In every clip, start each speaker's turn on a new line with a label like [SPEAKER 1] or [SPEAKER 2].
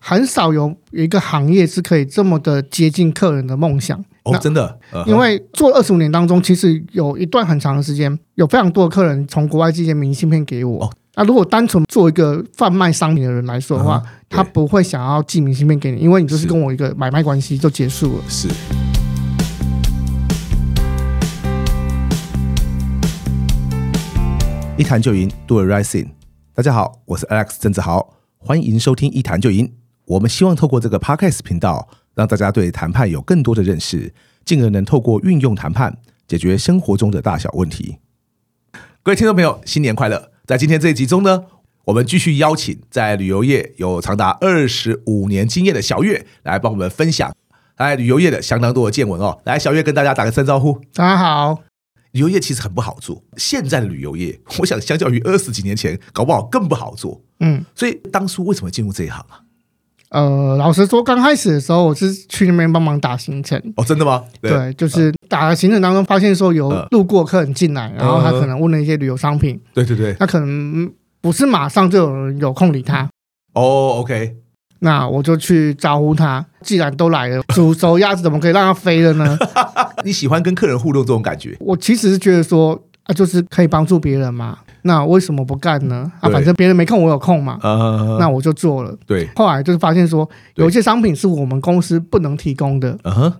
[SPEAKER 1] 很少有有一个行业是可以这么的接近客人的梦想。
[SPEAKER 2] 哦
[SPEAKER 1] 那，
[SPEAKER 2] 真的，呃
[SPEAKER 1] 因为做二十五年当中，其实有一段很长的时间，有非常多的客人从国外寄一些明信片给我。
[SPEAKER 2] 哦
[SPEAKER 1] 那如果单纯做一个贩卖商品的人来说的话，
[SPEAKER 2] 嗯哼对
[SPEAKER 1] 他不会想要寄明信片给你，因为你就是
[SPEAKER 2] 是
[SPEAKER 1] 跟我一个买卖关系就结束了。
[SPEAKER 2] 是一谈就赢，Do it rising。大家好，我是 Alex 郑志豪，欢迎收听一谈就赢。我们希望透过这个 podcast 频道，让大家对谈判有更多的认识，进而能透过运用谈判解决生活中的大小问题。各位听众朋友，新年快乐！在今天这一集中呢，我们继续邀请在旅游业有长达二十五年经验的小月来帮我们分享他在旅游业的相当多的见闻哦。来，小月跟大家打个声招呼。
[SPEAKER 1] 大家好，
[SPEAKER 2] 旅游业其实很不好做，现在的旅游业，我想相较于二十几年前，搞不好更不好做。
[SPEAKER 1] 嗯，
[SPEAKER 2] 所以当初为什么进入这一行啊？
[SPEAKER 1] 呃，老实说，刚开始的时候我是去那边帮忙打行程，
[SPEAKER 2] 哦，真的吗？
[SPEAKER 1] 对，就是打的行程当中发现说有
[SPEAKER 2] 呃嗯
[SPEAKER 1] 路过客人进来，然后他可能问了一些旅游商品，
[SPEAKER 2] 对对对，
[SPEAKER 1] 那可能不是马上就有人有空理他，
[SPEAKER 2] 哦，OK，
[SPEAKER 1] 那我就去招呼他。既然都来了，煮熟鸭子怎么可以让它飞了呢？
[SPEAKER 2] 你喜欢跟客人互动这种感觉？
[SPEAKER 1] 我其实是觉得说啊，就是可以帮助别人嘛，那为什么不干呢？啊，
[SPEAKER 2] 对
[SPEAKER 1] 反正别人没空，我有空嘛，
[SPEAKER 2] 呃，
[SPEAKER 1] 那我就做了。
[SPEAKER 2] 对，
[SPEAKER 1] 后来就是发现说，
[SPEAKER 2] 对
[SPEAKER 1] 有一些商品是我们公司不能提供的，
[SPEAKER 2] 嗯哼，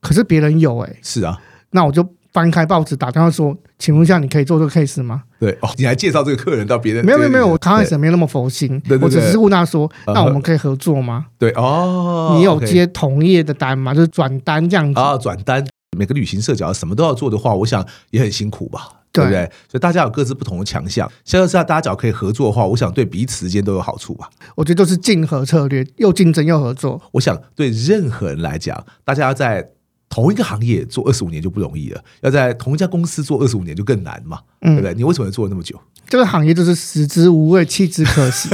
[SPEAKER 1] 可是别人有哎、
[SPEAKER 2] 是啊，
[SPEAKER 1] 那我就翻开报纸打电话说，请问一下，你可以做这个 case 吗？
[SPEAKER 2] 对哦，你还介绍这个客人到别人？
[SPEAKER 1] 没有没有没有，我刚开
[SPEAKER 2] 对
[SPEAKER 1] 始没有那么佛心
[SPEAKER 2] 对对，对
[SPEAKER 1] 我只是问他说：“
[SPEAKER 2] 嗯哼
[SPEAKER 1] 那我们可以合作吗？
[SPEAKER 2] 对哦，
[SPEAKER 1] 你有
[SPEAKER 2] OK
[SPEAKER 1] 接同业的单吗？就是转单这样子。
[SPEAKER 2] 啊，转单，每个旅行社只要什么都要做的话，我想也很辛苦吧。对
[SPEAKER 1] 对
[SPEAKER 2] 不对？所以大家有各自不同的强项，现在是大家只要可以合作的话，我想对彼此之间都有好处吧。”
[SPEAKER 1] 我觉得就是竞合策略，又竞争又合作。
[SPEAKER 2] 我想对任何人来讲，大家要在同一个行业做二十五年就不容易了，要在同一家公司做二十五年就更难嘛，对不
[SPEAKER 1] 嗯，
[SPEAKER 2] 对？你为什么做了那么久？
[SPEAKER 1] 这个行业就是食之无味，弃之可惜。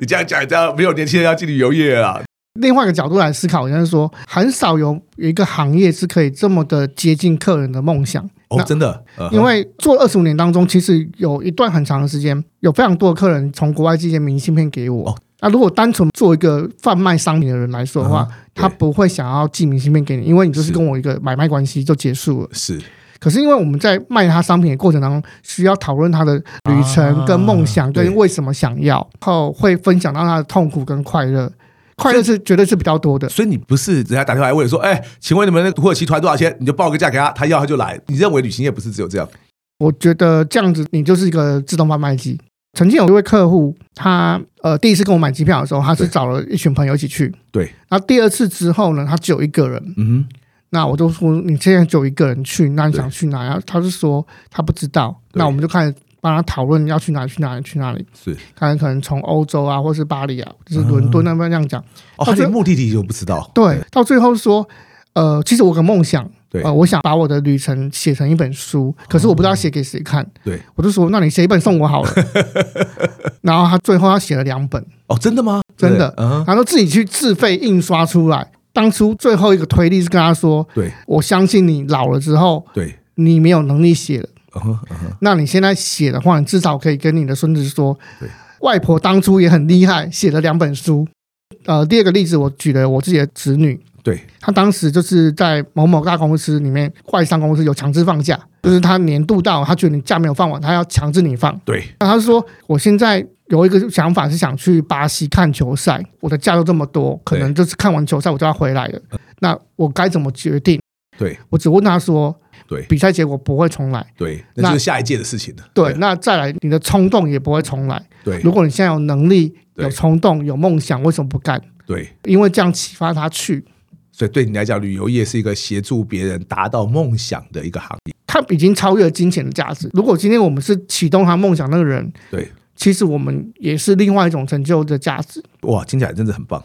[SPEAKER 2] 你这样讲，这样没有年轻人要进旅游业啊？
[SPEAKER 1] 另外一个角度来思考，就是说，很少有有一个行业是可以这么的接近客人的梦想。
[SPEAKER 2] 哦，
[SPEAKER 1] 那
[SPEAKER 2] 真的，呃
[SPEAKER 1] 因为做二十五年当中，其实有一段很长的时间，有非常多的客人从国外寄一些明信片给我。
[SPEAKER 2] 哦
[SPEAKER 1] 那如果单纯做一个贩卖商品的人来说的话，
[SPEAKER 2] 嗯对
[SPEAKER 1] 他不会想要寄明信片给你，因为你就是
[SPEAKER 2] 是
[SPEAKER 1] 跟我一个买卖关系就结束了。
[SPEAKER 2] 是
[SPEAKER 1] 可是因为我们在卖他商品的过程当中，需要讨论他的旅程、
[SPEAKER 2] 啊
[SPEAKER 1] 跟梦想、
[SPEAKER 2] 对
[SPEAKER 1] 跟为什么想要，后会分享到他的痛苦跟快乐。快乐是绝对是比较多的，
[SPEAKER 2] 所以你不是人家打电话来问说，哎，请问你们那个土耳其团多少钱？你就报个价给他，他要他就来。你认为旅行业不是只有这样？
[SPEAKER 1] 我觉得这样子你就是一个自动贩卖机。曾经有一位客户，他呃第一次跟我买机票的时候，他是
[SPEAKER 2] 对
[SPEAKER 1] 找了一群朋友一起去。
[SPEAKER 2] 对。
[SPEAKER 1] 然后第二次之后呢，他只有一个人。
[SPEAKER 2] 嗯哼，
[SPEAKER 1] 那我就说你现在只有一个人去，那你
[SPEAKER 2] 对
[SPEAKER 1] 想去哪？然后他就说他不知道。
[SPEAKER 2] 对
[SPEAKER 1] 那我们就开始帮他讨论要去哪里，去哪里，去哪里。
[SPEAKER 2] 是
[SPEAKER 1] 看可能从欧洲啊，或是巴黎啊，就是伦敦那边这样讲。
[SPEAKER 2] 哦，他连目的地都不知道。
[SPEAKER 1] 对，到最后说，呃，其实我有个梦想，
[SPEAKER 2] 对哦
[SPEAKER 1] 呃，我想把我的旅程写成一本书，可是我不知道写给谁看。
[SPEAKER 2] 对，
[SPEAKER 1] 我就说，那你写一本送我好 了。然后他最后他写了两本，
[SPEAKER 2] 哦，真的吗？
[SPEAKER 1] 真的
[SPEAKER 2] 对嗯哼，
[SPEAKER 1] 然后自己去自费印刷出来。当初最后一个推力是跟他说，
[SPEAKER 2] 对
[SPEAKER 1] 我相信你老了之后，
[SPEAKER 2] 对，
[SPEAKER 1] 你没有能力写了，
[SPEAKER 2] 嗯哼嗯哼，
[SPEAKER 1] 那你现在写的话，你至少可以跟你的孙子说
[SPEAKER 2] 对，
[SPEAKER 1] 外婆当初也很厉害，写了两本书。呃，第二个例子我举了我自己的侄女，
[SPEAKER 2] 对，
[SPEAKER 1] 她当时就是在某某大公司里面，外商公司有强制放假，就是她年度到，她觉得你假没有放完，她要强制你放。
[SPEAKER 2] 对，
[SPEAKER 1] 那她说，我现在有一个想法是想去巴西看球赛，我的假都这么多，可能就是看完球赛我就要回来了，那我该怎么决定？
[SPEAKER 2] 嗯对，
[SPEAKER 1] 我只问她说，
[SPEAKER 2] 对
[SPEAKER 1] 比赛结果不会重来。
[SPEAKER 2] 对，那就是下一届的事情了。
[SPEAKER 1] 对，那再来，你的冲动也不会重来。
[SPEAKER 2] 对
[SPEAKER 1] 如果你现在有能力、
[SPEAKER 2] 对
[SPEAKER 1] 有冲动、有梦想，为什么不干？
[SPEAKER 2] 对，
[SPEAKER 1] 因为这样启发他去，
[SPEAKER 2] 所以对你来讲，旅游业是一个协助别人达到梦想的一个行业。
[SPEAKER 1] 他已经超越了金钱的价值。如果今天我们是启动他梦想那个人，
[SPEAKER 2] 对，
[SPEAKER 1] 其实我们也是另外一种成就的价值。
[SPEAKER 2] 哇，听起来真的很棒。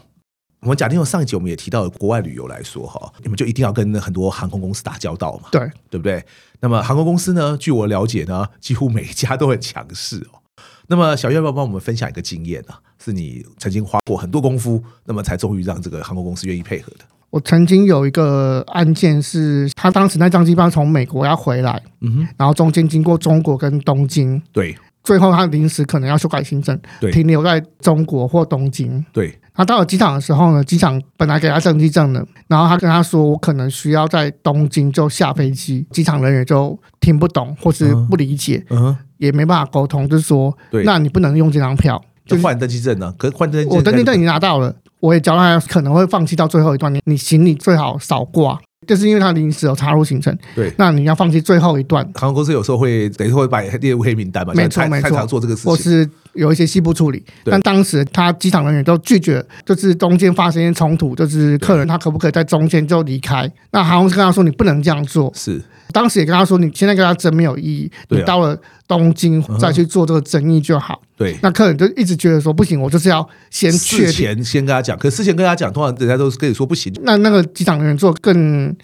[SPEAKER 2] 我们假定用上一集我们也提到，国外旅游来说哈，你们就一定要跟很多航空公司打交道嘛，
[SPEAKER 1] 对，
[SPEAKER 2] 对不对？那么航空公司呢，据我了解呢，几乎每一家都很强势哦。那么小月要不要帮我们分享一个经验呢、啊？是你曾经花过很多功夫，那么才终于让这个航空公司愿意配合的。
[SPEAKER 1] 我曾经有一个案件是，他当时那张机票从美国要回来，
[SPEAKER 2] 嗯哼，
[SPEAKER 1] 然后中间经过中国跟东京，
[SPEAKER 2] 对，
[SPEAKER 1] 最后他临时可能要修改行程
[SPEAKER 2] 对，
[SPEAKER 1] 停留在中国或东京。
[SPEAKER 2] 对，
[SPEAKER 1] 他到了机场的时候呢，机场本来给他登机证的，然后他跟他说，我可能需要在东京就下飞机，机场人员就听不懂或是不理解，
[SPEAKER 2] 嗯哼，
[SPEAKER 1] 也没办法沟通，就是说
[SPEAKER 2] 对，
[SPEAKER 1] 那你不能用这张票，就
[SPEAKER 2] 就
[SPEAKER 1] 是哦
[SPEAKER 2] 换登机证呢、可是换登机证，
[SPEAKER 1] 我登记证已经拿到了，我也交代他可能会放弃到最后一段，你你行李最好少挂，就是因为他临时有插入行程，
[SPEAKER 2] 对。
[SPEAKER 1] 那你要放弃最后一段，
[SPEAKER 2] 航空公司有时候会等于说会把你列入黑名单嘛，
[SPEAKER 1] 没
[SPEAKER 2] 像
[SPEAKER 1] 错
[SPEAKER 2] 太
[SPEAKER 1] 没
[SPEAKER 2] 太
[SPEAKER 1] 错
[SPEAKER 2] 常做这个事
[SPEAKER 1] 或
[SPEAKER 2] 情。
[SPEAKER 1] 是有一些细部处理。
[SPEAKER 2] 对
[SPEAKER 1] 但当时他机场人员都拒绝，就是中间发生一些冲突，就是客人他可不可以在中间就离开？那航空公司跟他说你不能这样做，
[SPEAKER 2] 是
[SPEAKER 1] 当时也跟他说你现在跟他争没有意义，
[SPEAKER 2] 对啊
[SPEAKER 1] 你到了东京
[SPEAKER 2] 嗯
[SPEAKER 1] 再去做这个争议就好。
[SPEAKER 2] 对，
[SPEAKER 1] 那客人就一直觉得说不行，我就是要先确
[SPEAKER 2] 事
[SPEAKER 1] 定。
[SPEAKER 2] 前先跟他讲，可是事前跟他讲，通常人家都是跟你说不行，
[SPEAKER 1] 那那个机场人员做更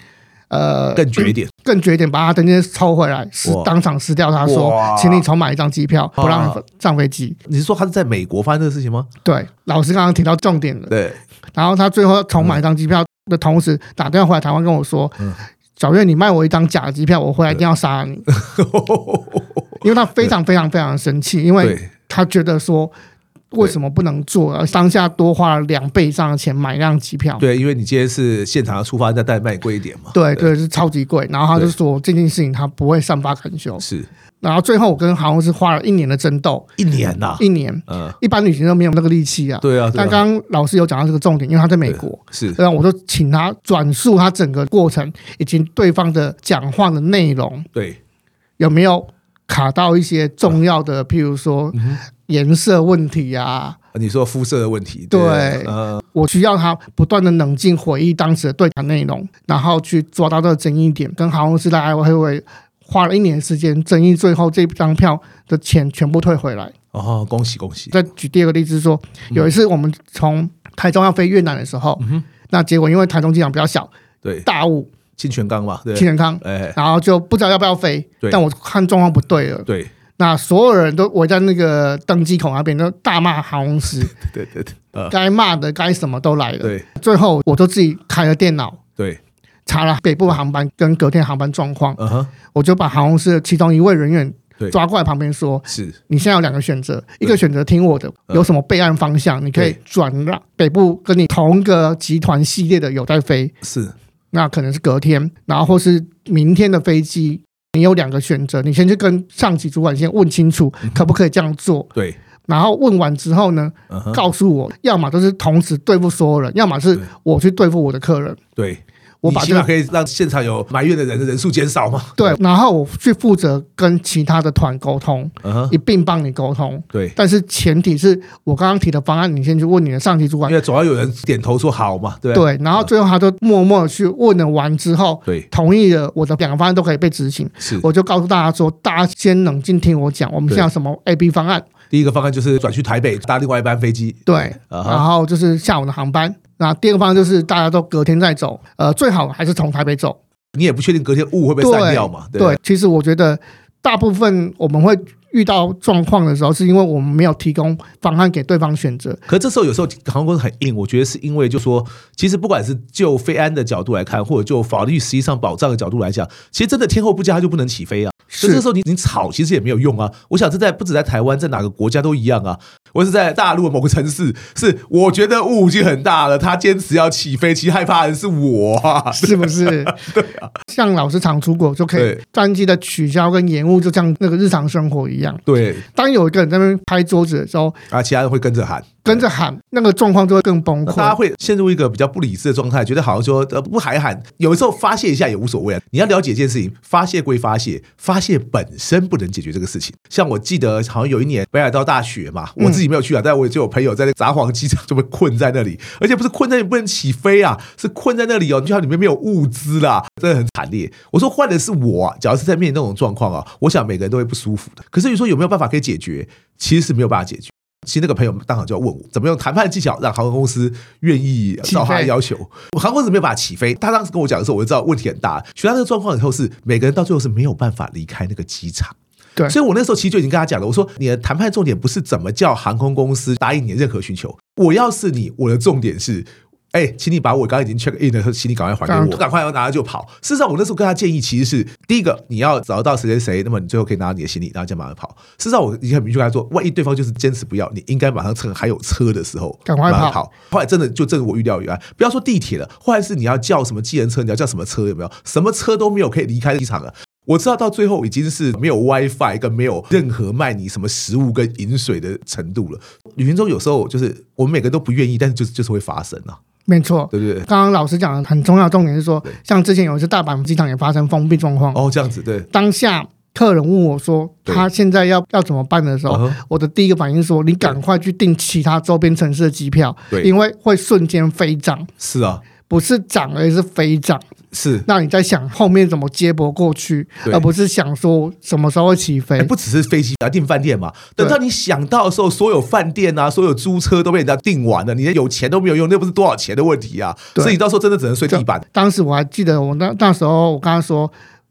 [SPEAKER 1] 呃
[SPEAKER 2] 更绝一点。
[SPEAKER 1] 更绝一点，把他登机抽回来，是
[SPEAKER 2] 哇
[SPEAKER 1] 当场撕掉他说
[SPEAKER 2] 哇，
[SPEAKER 1] 请你重买一张机票，不让
[SPEAKER 2] 啊
[SPEAKER 1] 你上飞机。
[SPEAKER 2] 你是说他是在美国发生这个事情吗？
[SPEAKER 1] 对，老师刚刚提到重点了。
[SPEAKER 2] 对，
[SPEAKER 1] 然后他最后重买一张机票的同时，打电话回来台湾跟我说：“
[SPEAKER 2] 嗯
[SPEAKER 1] 小月，你卖我一张假的机票，我回来一定要杀 你。因为他非常非常非常生气，因为
[SPEAKER 2] 对
[SPEAKER 1] 他觉得说为什么不能做，而当下多花了两倍以上的钱买一张机票。
[SPEAKER 2] 对，因为你今天是现场要出发，那当然卖贵一点嘛。
[SPEAKER 1] 对对，是超级贵。然后他就说这件事情他不会善罢甘休。
[SPEAKER 2] 是
[SPEAKER 1] 然后最后我跟航空公司花了一年的争斗，
[SPEAKER 2] 一年呐、
[SPEAKER 1] 一年
[SPEAKER 2] 嗯，
[SPEAKER 1] 一般旅行都没有那个力气啊。
[SPEAKER 2] 对啊，对啊
[SPEAKER 1] 但刚刚老师有讲到这个重点，因为他在美国，
[SPEAKER 2] 是
[SPEAKER 1] 然后我就请他转述他整个过程以及对方的讲话的内容
[SPEAKER 2] 对，
[SPEAKER 1] 有没有卡到一些重要
[SPEAKER 2] 嗯
[SPEAKER 1] 的，譬如说颜色问题啊。
[SPEAKER 2] 你说肤色的问题，
[SPEAKER 1] 对
[SPEAKER 2] 嗯，
[SPEAKER 1] 我需要他不断的冷静回忆当时的对谈内容，然后去抓到这个争议点，跟航空公司来回回花了一年时间争议，最后这张票的钱全部退回来。
[SPEAKER 2] 哦，恭喜恭喜，
[SPEAKER 1] 再举第二个例子是说，
[SPEAKER 2] 嗯
[SPEAKER 1] 有一次我们从台中要飞越南的时候，那结果因为台中机场比较小，
[SPEAKER 2] 对，
[SPEAKER 1] 大雾，
[SPEAKER 2] 清泉岗嘛，对，
[SPEAKER 1] 清人康
[SPEAKER 2] 哎，
[SPEAKER 1] 然后就不知道要不要飞
[SPEAKER 2] 对，
[SPEAKER 1] 但我看状况不对了，
[SPEAKER 2] 对
[SPEAKER 1] 那所有人都围在那个登机口那边，就大骂航空 师，
[SPEAKER 2] 对对对，呃，
[SPEAKER 1] 该骂的该什么都来了。
[SPEAKER 2] 对
[SPEAKER 1] 最后我就自己开了电脑，
[SPEAKER 2] 对，
[SPEAKER 1] 查了北部航班跟隔天航班状况，
[SPEAKER 2] 嗯哼，
[SPEAKER 1] 我就把航空师的其中一位人
[SPEAKER 2] 对
[SPEAKER 1] 员抓过来旁边说。
[SPEAKER 2] 是
[SPEAKER 1] 你现在有两个选择，一
[SPEAKER 2] 对
[SPEAKER 1] 个选择听我的，
[SPEAKER 2] 嗯
[SPEAKER 1] 有什么备案方向，你可以
[SPEAKER 2] 对
[SPEAKER 1] 转让北部跟你同个集团系列的有在飞，
[SPEAKER 2] 是，
[SPEAKER 1] 那可能是隔天，然后或是明天的飞机，你有两个选择，你先去跟上级主管先问清楚，
[SPEAKER 2] 嗯
[SPEAKER 1] 可不可以这样做。
[SPEAKER 2] 对，
[SPEAKER 1] 然后问完之后呢，
[SPEAKER 2] 嗯哼，
[SPEAKER 1] 告诉我，要么就是同时对付所有人，要么是
[SPEAKER 2] 对
[SPEAKER 1] 我去对付我的客人。
[SPEAKER 2] 对，
[SPEAKER 1] 我
[SPEAKER 2] 你
[SPEAKER 1] 把
[SPEAKER 2] 起
[SPEAKER 1] 这
[SPEAKER 2] 码
[SPEAKER 1] 个
[SPEAKER 2] 可以让现场有埋怨的人的人数减少嘛，
[SPEAKER 1] 对，然后我去负责跟其他的团沟通，
[SPEAKER 2] 嗯哼，
[SPEAKER 1] 一并帮你沟通。
[SPEAKER 2] 对。
[SPEAKER 1] 但是前提是我刚刚提的方案，你先去问你的上级主管
[SPEAKER 2] 因。为总要有人点头说好嘛，对不嗯
[SPEAKER 1] 对，然后最后他就默默地去问了完之后，
[SPEAKER 2] 对
[SPEAKER 1] 同意了我的两个方案都可以被执行。
[SPEAKER 2] 是
[SPEAKER 1] 我就告诉大家说，大家先冷静听我讲，我们
[SPEAKER 2] 对
[SPEAKER 1] 现在有什么 A、B 方案，
[SPEAKER 2] 第一个方案就是转去台北搭另外一班飞机，
[SPEAKER 1] 对，
[SPEAKER 2] 啊哈
[SPEAKER 1] 然后就是下午的航班。那第二个方案就是大家都隔天再走，呃，最好还是从台北走。
[SPEAKER 2] 你也不确定隔天雾会不会散掉嘛，对不
[SPEAKER 1] 对，其实我觉得大部分我们会遇到状况的时候，是因为我们没有提供方案给对方选择。
[SPEAKER 2] 可这时候有时候航空公司很硬，我觉得是因为就说，其实不管是就飞安的角度来看，或者就法律实际上保障的角度来讲，其实真的天候不佳它就不能起飞啊。所以这时候你你吵其实也没有用啊。我想这在不止在台湾，在哪个国家都一样啊。我是在大陆的某个城市，是我觉得雾已经很大了，他坚持要起飞，其实害怕的人是我啊。
[SPEAKER 1] 是不 是？像老师常出国就可以
[SPEAKER 2] 对，
[SPEAKER 1] 战机的取消跟延误，就像那个日常生活一样。
[SPEAKER 2] 对
[SPEAKER 1] 当有一个人在那边拍桌子的时候，
[SPEAKER 2] 啊，其他人会跟着喊，
[SPEAKER 1] 跟着喊，那个状况就会更崩
[SPEAKER 2] 那大家
[SPEAKER 1] 溃。
[SPEAKER 2] 会陷入一个比较不理智的状态，觉得好像说呃不喊一喊，有时候发泄一下也无所谓啊。你要了解一件事情，发泄归发泄，发泄本身不能解决这个事情。像我记得好像有一年北海道大雪嘛，我自己没有去啊，但我就有朋友在那个札幌机场就被困在那里，而且不是困在那里不能起飞啊，是困在那里哦，就像里面没有物资啦，真的很惨烈。我说换的是我、啊，假如是在面临那种状况啊，我想每个人都会不舒服的。可是你说有没有办法可以解决？其实是没有办法解决。其实那个朋友当场就要问我，怎么用谈判技巧让航空公司愿意
[SPEAKER 1] 起飞
[SPEAKER 2] 照他的要求？航空公司没有办法起飞。他当时跟我讲的时候，我就知道问题很大。学到这个状况以后是，每个人到最后是没有办法离开那个机场。
[SPEAKER 1] 对
[SPEAKER 2] 所以我那时候其实就已经跟他讲了，我说你的谈判重点不是怎么叫航空公司答应你的任何需求，我要是你，我的重点是。哎、请你把我刚刚已经 check in 的时候，请你赶快还
[SPEAKER 1] 当
[SPEAKER 2] 给
[SPEAKER 1] 然
[SPEAKER 2] 我，赶快要拿了就跑。事实上，我那时候跟他建议，其实是第一个，你要找到谁谁谁，那么你最后可以拿到你的行李，然后就马上跑。事实上，我已经很明确跟他说，万一对方就是坚持不要，你应该马上趁还有车的时候
[SPEAKER 1] 赶快
[SPEAKER 2] 马上
[SPEAKER 1] 跑
[SPEAKER 2] 跑。后来真的就正如我预料以外，不要说地铁了，后来是你要叫什么计程车，你要叫什么车，有没有？什么车都没有可以离开机场了。我知道到最后已经是没有 WiFi 跟没有任何卖你什么食物跟饮水的程度了。旅行中有时候就是我们每个人都不愿意，但是就是就是会发生啊，
[SPEAKER 1] 没错。
[SPEAKER 2] 对不对？
[SPEAKER 1] 刚刚老师讲的很重要的重点是说，像之前有一次大阪机场也发生封闭状况，
[SPEAKER 2] 哦，这样子对，
[SPEAKER 1] 当下客人问我说
[SPEAKER 2] 对
[SPEAKER 1] 他现在要要怎么办的时候
[SPEAKER 2] 嗯哼，
[SPEAKER 1] 我的第一个反应是说你赶快去订其他周边城市的机票，
[SPEAKER 2] 对
[SPEAKER 1] 因为会瞬间飞涨，
[SPEAKER 2] 是啊，
[SPEAKER 1] 不是涨而是飞涨。
[SPEAKER 2] 是。
[SPEAKER 1] 那你在想后面怎么接驳过去，
[SPEAKER 2] 对
[SPEAKER 1] 而不是想说什么时候会起飞
[SPEAKER 2] 哎，。不只是飞机，还要订饭店嘛。等到你想到的时候，所有饭店啊，所有租车都被人家订完了，你连有钱都没有用，那不是多少钱的问题啊。
[SPEAKER 1] 对
[SPEAKER 2] 所以你到时候真的只能睡地板。
[SPEAKER 1] 当时我还记得我那那时候我跟他说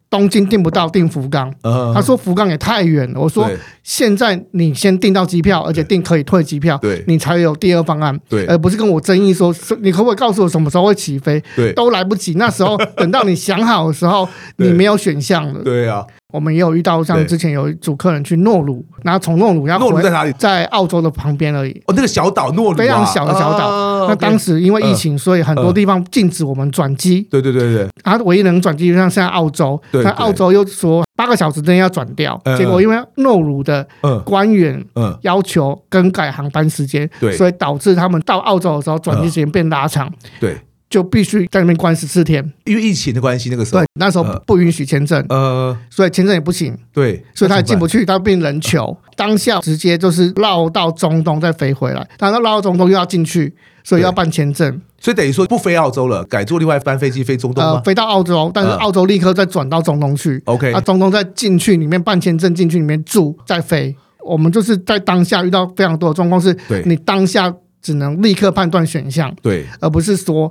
[SPEAKER 1] 东京订不到订福冈，
[SPEAKER 2] 呃
[SPEAKER 1] 他说福冈也太远了，我说
[SPEAKER 2] 对
[SPEAKER 1] 现在你先订到机票，而且订可以退机票
[SPEAKER 2] 对，
[SPEAKER 1] 你呃才有第二方案，
[SPEAKER 2] 对
[SPEAKER 1] 而不是跟我争议说是你可不可以告诉我什么时候会起飞，
[SPEAKER 2] 对
[SPEAKER 1] 都来不及。那时候等到你想好的时候，
[SPEAKER 2] 对
[SPEAKER 1] 你没有选项了。
[SPEAKER 2] 对啊，
[SPEAKER 1] 我们也有遇到像
[SPEAKER 2] 对
[SPEAKER 1] 之前有一组客人去诺鲁，然后从诺鲁要
[SPEAKER 2] 诺鲁
[SPEAKER 1] 回
[SPEAKER 2] 在哪里
[SPEAKER 1] 在澳洲的旁边而已。
[SPEAKER 2] 哦，那个小岛诺鲁啊
[SPEAKER 1] 非常小的小岛。
[SPEAKER 2] 啊
[SPEAKER 1] 那
[SPEAKER 2] OK
[SPEAKER 1] 当时因为疫
[SPEAKER 2] 嗯
[SPEAKER 1] 情，所以很多地方禁止我们转机，
[SPEAKER 2] 对对对对，
[SPEAKER 1] 啊，唯一能转机就像现在澳洲，
[SPEAKER 2] 嗯对
[SPEAKER 1] 那
[SPEAKER 2] 对
[SPEAKER 1] 澳洲又说八个小时之内要转掉
[SPEAKER 2] 嗯，
[SPEAKER 1] 结果因为诺鲁的
[SPEAKER 2] 嗯
[SPEAKER 1] 官员。
[SPEAKER 2] 嗯，
[SPEAKER 1] 要求更改航班时间
[SPEAKER 2] 对，嗯
[SPEAKER 1] 所以导致他们到澳洲的时候转机时间变拉长，
[SPEAKER 2] 对，
[SPEAKER 1] 就必须在那边关十四天。
[SPEAKER 2] 因为疫情的关系，那个时候
[SPEAKER 1] 对，，那时候
[SPEAKER 2] 嗯
[SPEAKER 1] 不允许签证，
[SPEAKER 2] 呃，
[SPEAKER 1] 所以签证也不行，
[SPEAKER 2] 对，
[SPEAKER 1] 所以他也进不
[SPEAKER 2] 去，
[SPEAKER 1] 去，他变人 球。当下直接就是绕到中东再飞回来，然后绕到中东又要进去，所以要办签证。
[SPEAKER 2] 所以等于说不飞澳洲了，改坐另外一班飞机飞中东
[SPEAKER 1] 呃，
[SPEAKER 2] 吗
[SPEAKER 1] 飞到澳洲，但是
[SPEAKER 2] 嗯
[SPEAKER 1] 澳洲立刻再转到中东去，
[SPEAKER 2] ？OK，
[SPEAKER 1] 啊，中东再进去里面办签证，进去里面住，再飞。我们就是在当下遇到非常多的状况，是
[SPEAKER 2] 对
[SPEAKER 1] 你当下只能立刻判断选项，
[SPEAKER 2] 对，
[SPEAKER 1] 而不是说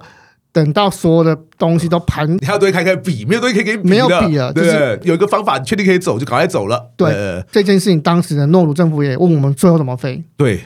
[SPEAKER 1] 等到所有的东西都盘
[SPEAKER 2] 你还有东西可以跟比，没有东西可以给你比
[SPEAKER 1] 没有比
[SPEAKER 2] 了，
[SPEAKER 1] 了
[SPEAKER 2] 对
[SPEAKER 1] 就是
[SPEAKER 2] 不对，有一个方法，你确定可以走就赶快走了，
[SPEAKER 1] 对
[SPEAKER 2] 呃
[SPEAKER 1] 这件事情。当时的诺鲁政府也问我们最后怎么 飞，
[SPEAKER 2] 对，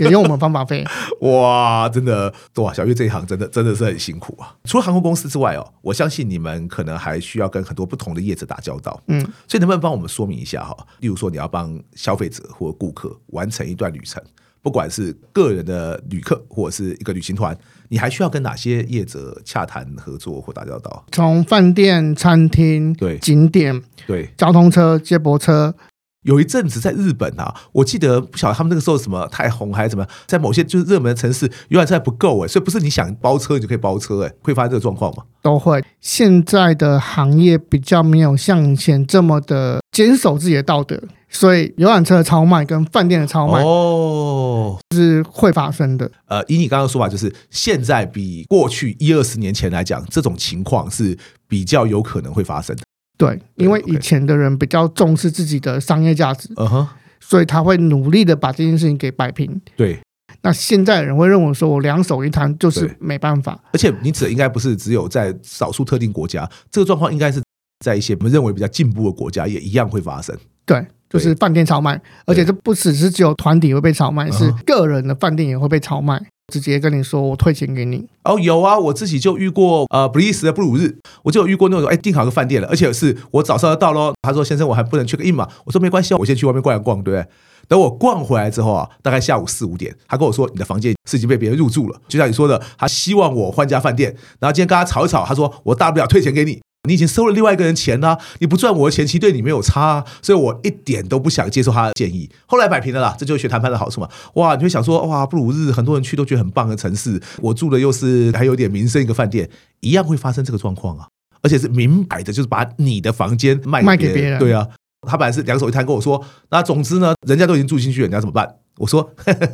[SPEAKER 1] 也用我们方法飞。
[SPEAKER 2] 哇，真的哇，小月这一行真的真的是很辛苦啊。除了航空公司之外哦，我相信你们可能还需要跟很多不同的业者打交道。
[SPEAKER 1] 嗯，
[SPEAKER 2] 所以能不能帮我们说明一下哈？例如说，你要帮消费者或顾客完成一段旅程，不管是个人的旅客或者是一个旅行团，你还需要跟哪些业者洽谈合作或打交道？
[SPEAKER 1] 从饭店、餐厅、
[SPEAKER 2] 对
[SPEAKER 1] 景点、
[SPEAKER 2] 对，
[SPEAKER 1] 交通车、接驳车，
[SPEAKER 2] 有一阵子在日本啊，我记得不晓得他们那个时候什么太红还是什么，在某些就是热门的城市，游览车还不够哎、所以不是你想包车你就可以包车哎、会发生这个状况吗？
[SPEAKER 1] 都会。现在的行业比较没有像以前这么的坚守自己的道德，所以游览车的超卖跟饭店的超卖
[SPEAKER 2] 哦，
[SPEAKER 1] 是会发生的。
[SPEAKER 2] 呃，以你刚刚说法，就是现在比过去一二十年前来讲，这种情况是比较有可能会发生的。
[SPEAKER 1] 对，因为
[SPEAKER 2] OK
[SPEAKER 1] 以前的人比较重视自己的商业价值，
[SPEAKER 2] 嗯哼，
[SPEAKER 1] 所以他会努力的把这件事情给摆平。
[SPEAKER 2] 对，
[SPEAKER 1] 那现在的人会认为说，我两手一摊就是
[SPEAKER 2] 对
[SPEAKER 1] 没办法。
[SPEAKER 2] 而且你指的应该不是只有在少数特定国家，这个状况应该是在一些我们认为比较进步的国家也一样会发生。
[SPEAKER 1] 对，就是饭店炒卖，而且这不只是只有团体会被炒卖，是
[SPEAKER 2] 嗯
[SPEAKER 1] 个人的饭店也会被炒卖。直接跟你说，我退钱给你。
[SPEAKER 2] 哦，有啊，我自己就遇过，呃，比利时的布鲁日，我就有遇过那种，哎，订好个饭店了，而且是我早上要到喽。他说：“先生，我还不能 check in 嘛。”我说：“没关系啊，我先去外面逛一逛，对不对？”等我逛回来之后啊，大概下午四五点，他跟我说：“你的房间是已经被别人入住了。”就像你说的，他希望我换家饭店。然后今天跟他吵一吵，他说：“我大不了退钱给你。”你已经收了另外一个人钱啦、你不赚我的钱，其实对你没有差、啊，所以我一点都不想接受他的建议。后来摆平了啦，这就是学谈判的好处嘛。哇，你会想说，哇，布鲁日很多人去都觉得很棒的城市，我住的又是还有点名声一个饭店，一样会发生这个状况啊，而且是明摆着就是把你的房间卖
[SPEAKER 1] 卖给别人
[SPEAKER 2] 对啊，他本来是两手一摊跟我说，那总之呢，人家都已经住进去了，你要怎么办？我说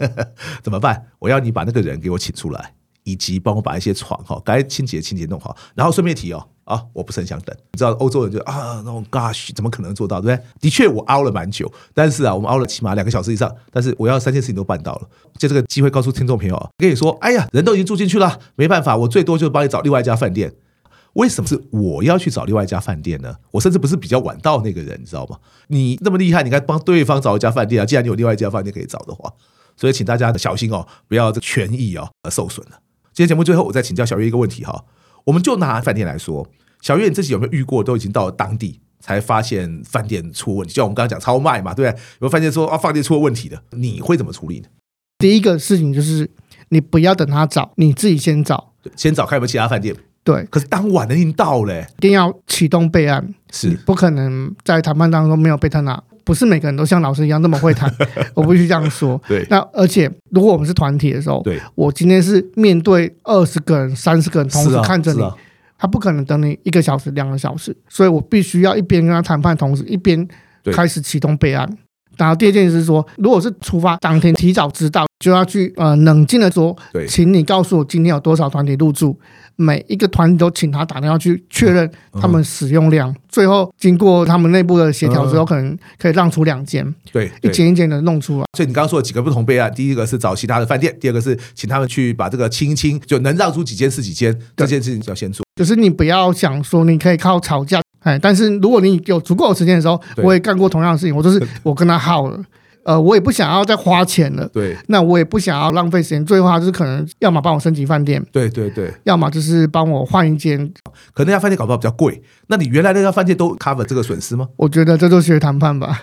[SPEAKER 2] 怎么办？我要你把那个人给我请出来。以及帮我把一些床哈，该清洁清洁弄好，然后顺便提哦，啊，我不是很想等，你知道欧洲人就啊，那种 gosh，怎么可能做到，对不对？的确我熬了蛮久，但是啊，我们熬了起码两个小时以上，但是我要三件事情都办到了。借这个机会告诉听众朋友啊，跟你说，哎呀，人都已经住进去了，没办法，我最多就帮你找另外一家饭店。为什么是我要去找另外一家饭店呢？我甚至不是比较晚到那个人，你知道吗？你那么厉害，你应该帮对方找一家饭店啊。既然你有另外一家饭店可以找的话，所以请大家小心哦，不要这权益哦呃受损了。今天节目最后，我再请教小月一个问题哈，我们就拿饭店来说，小月你自己有没有遇过？都已经到了当地才发现饭店出问题，就像我们刚刚讲超卖嘛，对不对？有没有饭店说啊，饭店出了问题的，你会怎么处理呢？
[SPEAKER 1] 第一个事情就是你不要等他找，你自己先找。
[SPEAKER 2] 对先找看有没有其他饭店，
[SPEAKER 1] 对，
[SPEAKER 2] 可是当晚的已经到了、欸嗯
[SPEAKER 1] 一定要启动备案，
[SPEAKER 2] 是
[SPEAKER 1] 不可能在谈判当中没有被他拿。不是每个人都像老师一样那么会谈，我必须这样说。
[SPEAKER 2] 对
[SPEAKER 1] 那而且，如果我们是团体的时候，
[SPEAKER 2] 对，
[SPEAKER 1] 我今天是面对二十个人、三十个人同
[SPEAKER 2] 是
[SPEAKER 1] 时
[SPEAKER 2] 啊
[SPEAKER 1] 看着
[SPEAKER 2] 是
[SPEAKER 1] 你，
[SPEAKER 2] 啊
[SPEAKER 1] 他不可能等你一个小时、两个小时，所以我必须要一边跟他谈判，同时一边
[SPEAKER 2] 对
[SPEAKER 1] 开始启动备案。然后第二件事是说，如果是出发当天提早知道，就要去呃冷静的说，
[SPEAKER 2] 对
[SPEAKER 1] 请你告诉我今天有多少团体入住，每一个团体都请他打电话去确认
[SPEAKER 2] 嗯
[SPEAKER 1] 他们使用量，最后经过他们内部的协调之后，
[SPEAKER 2] 嗯
[SPEAKER 1] 可能可以让出两间，
[SPEAKER 2] 对
[SPEAKER 1] 一
[SPEAKER 2] 对。
[SPEAKER 1] 间一间的弄出来。
[SPEAKER 2] 所以你刚刚说了几个不同备案，第一个是找其他的饭店，第二个是请他们去把这个清一清，就能让出几间是几间，这件事情要先做。
[SPEAKER 1] 就是你不要想说你可以靠吵架，哎，但是如果你有足够的时间的时候，
[SPEAKER 2] 对
[SPEAKER 1] 我也干过同样的事情，我就是我跟他耗了，呃，我也不想要再花钱了，
[SPEAKER 2] 对
[SPEAKER 1] 那我也不想要浪费时间，最后他就是可能要么帮我升级饭店，
[SPEAKER 2] 对对对，
[SPEAKER 1] 要么就是帮我换一间，
[SPEAKER 2] 可能那家饭店搞不好比较贵，那你原来那家饭店都 cover 这个损失吗？
[SPEAKER 1] 我觉得这就是学谈判 吧，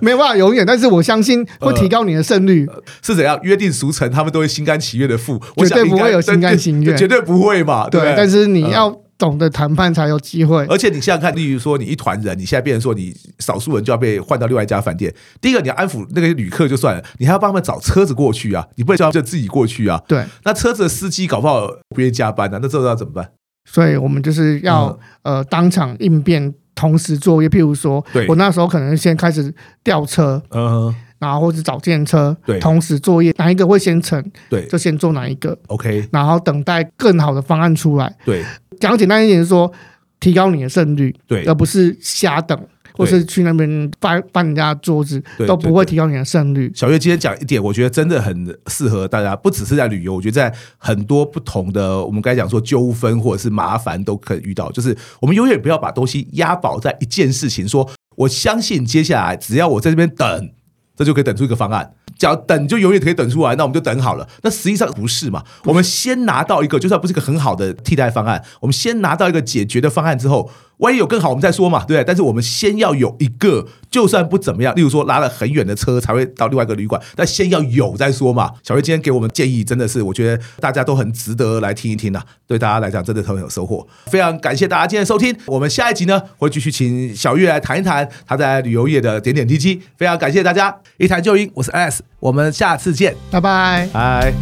[SPEAKER 1] 没有办法永远，但是我相信会提高你的胜率。
[SPEAKER 2] 是怎样约定俗成，他们都会心甘情愿的付？我想
[SPEAKER 1] 绝对不
[SPEAKER 2] 应该
[SPEAKER 1] 会有心甘情愿
[SPEAKER 2] 绝对不会嘛，
[SPEAKER 1] 对
[SPEAKER 2] 不对？呃
[SPEAKER 1] 但是你要懂得谈判才有机会。
[SPEAKER 2] 而且你想想看，例如说你一团人，你现在变成说你少数人就要被换到另外一家饭店，第一个你要安抚那个旅客就算了，你还要帮他们找车子过去啊，你不能叫他们就自己过去啊。
[SPEAKER 1] 对，
[SPEAKER 2] 那车子的司机搞不好不愿意加班啊，那这时候要怎么办？
[SPEAKER 1] 所以我们就是要、
[SPEAKER 2] 嗯
[SPEAKER 1] 呃当场应变，同时作业。譬如说
[SPEAKER 2] 对，
[SPEAKER 1] 我那时候可能先开始吊车，
[SPEAKER 2] 嗯，
[SPEAKER 1] 然后或者找电车，
[SPEAKER 2] 对
[SPEAKER 1] 同时作业，哪一个会先成
[SPEAKER 2] 对
[SPEAKER 1] 就先做哪一个，
[SPEAKER 2] ，OK，
[SPEAKER 1] 然后等待更好的方案出来。
[SPEAKER 2] 对
[SPEAKER 1] 讲简单一点是说，提高你的胜率，
[SPEAKER 2] 对
[SPEAKER 1] 而不是瞎等。或是去那边翻翻人家的桌子，
[SPEAKER 2] 对
[SPEAKER 1] 都
[SPEAKER 2] 对
[SPEAKER 1] 不会提高你的胜率。
[SPEAKER 2] 小月今天讲一点，我觉得真的很适合大家，不只是在旅游，我觉得在很多不同的我们该讲说纠纷或者是麻烦都可以遇到。就是我们永远不要把东西押宝在一件事情，说我相信接下来只要我在这边等，这就可以等出一个方案。只要等就永远可以等出来，那我们就等好了。那实际上不是嘛？我们先拿到一个，就算不是一个很好的替代方案，我们先拿到一个解决的方案之后，万一有更好，我们再说嘛，对不对？但是我们先要有一个，就算不怎么样，例如说拉了很远的车才会到另外一个旅馆，但先要有再说嘛。小月今天给我们建议，真的是我觉得大家都很值得来听一听呐、啊对大家来讲真的很有收获。非常感谢大家今天的收听，我们下一集呢会继续请小月来谈一谈她在旅游业的点点滴滴。非常感谢大家，一谈就赢，我是 S，我们下次见，
[SPEAKER 1] 拜拜。
[SPEAKER 2] 拜。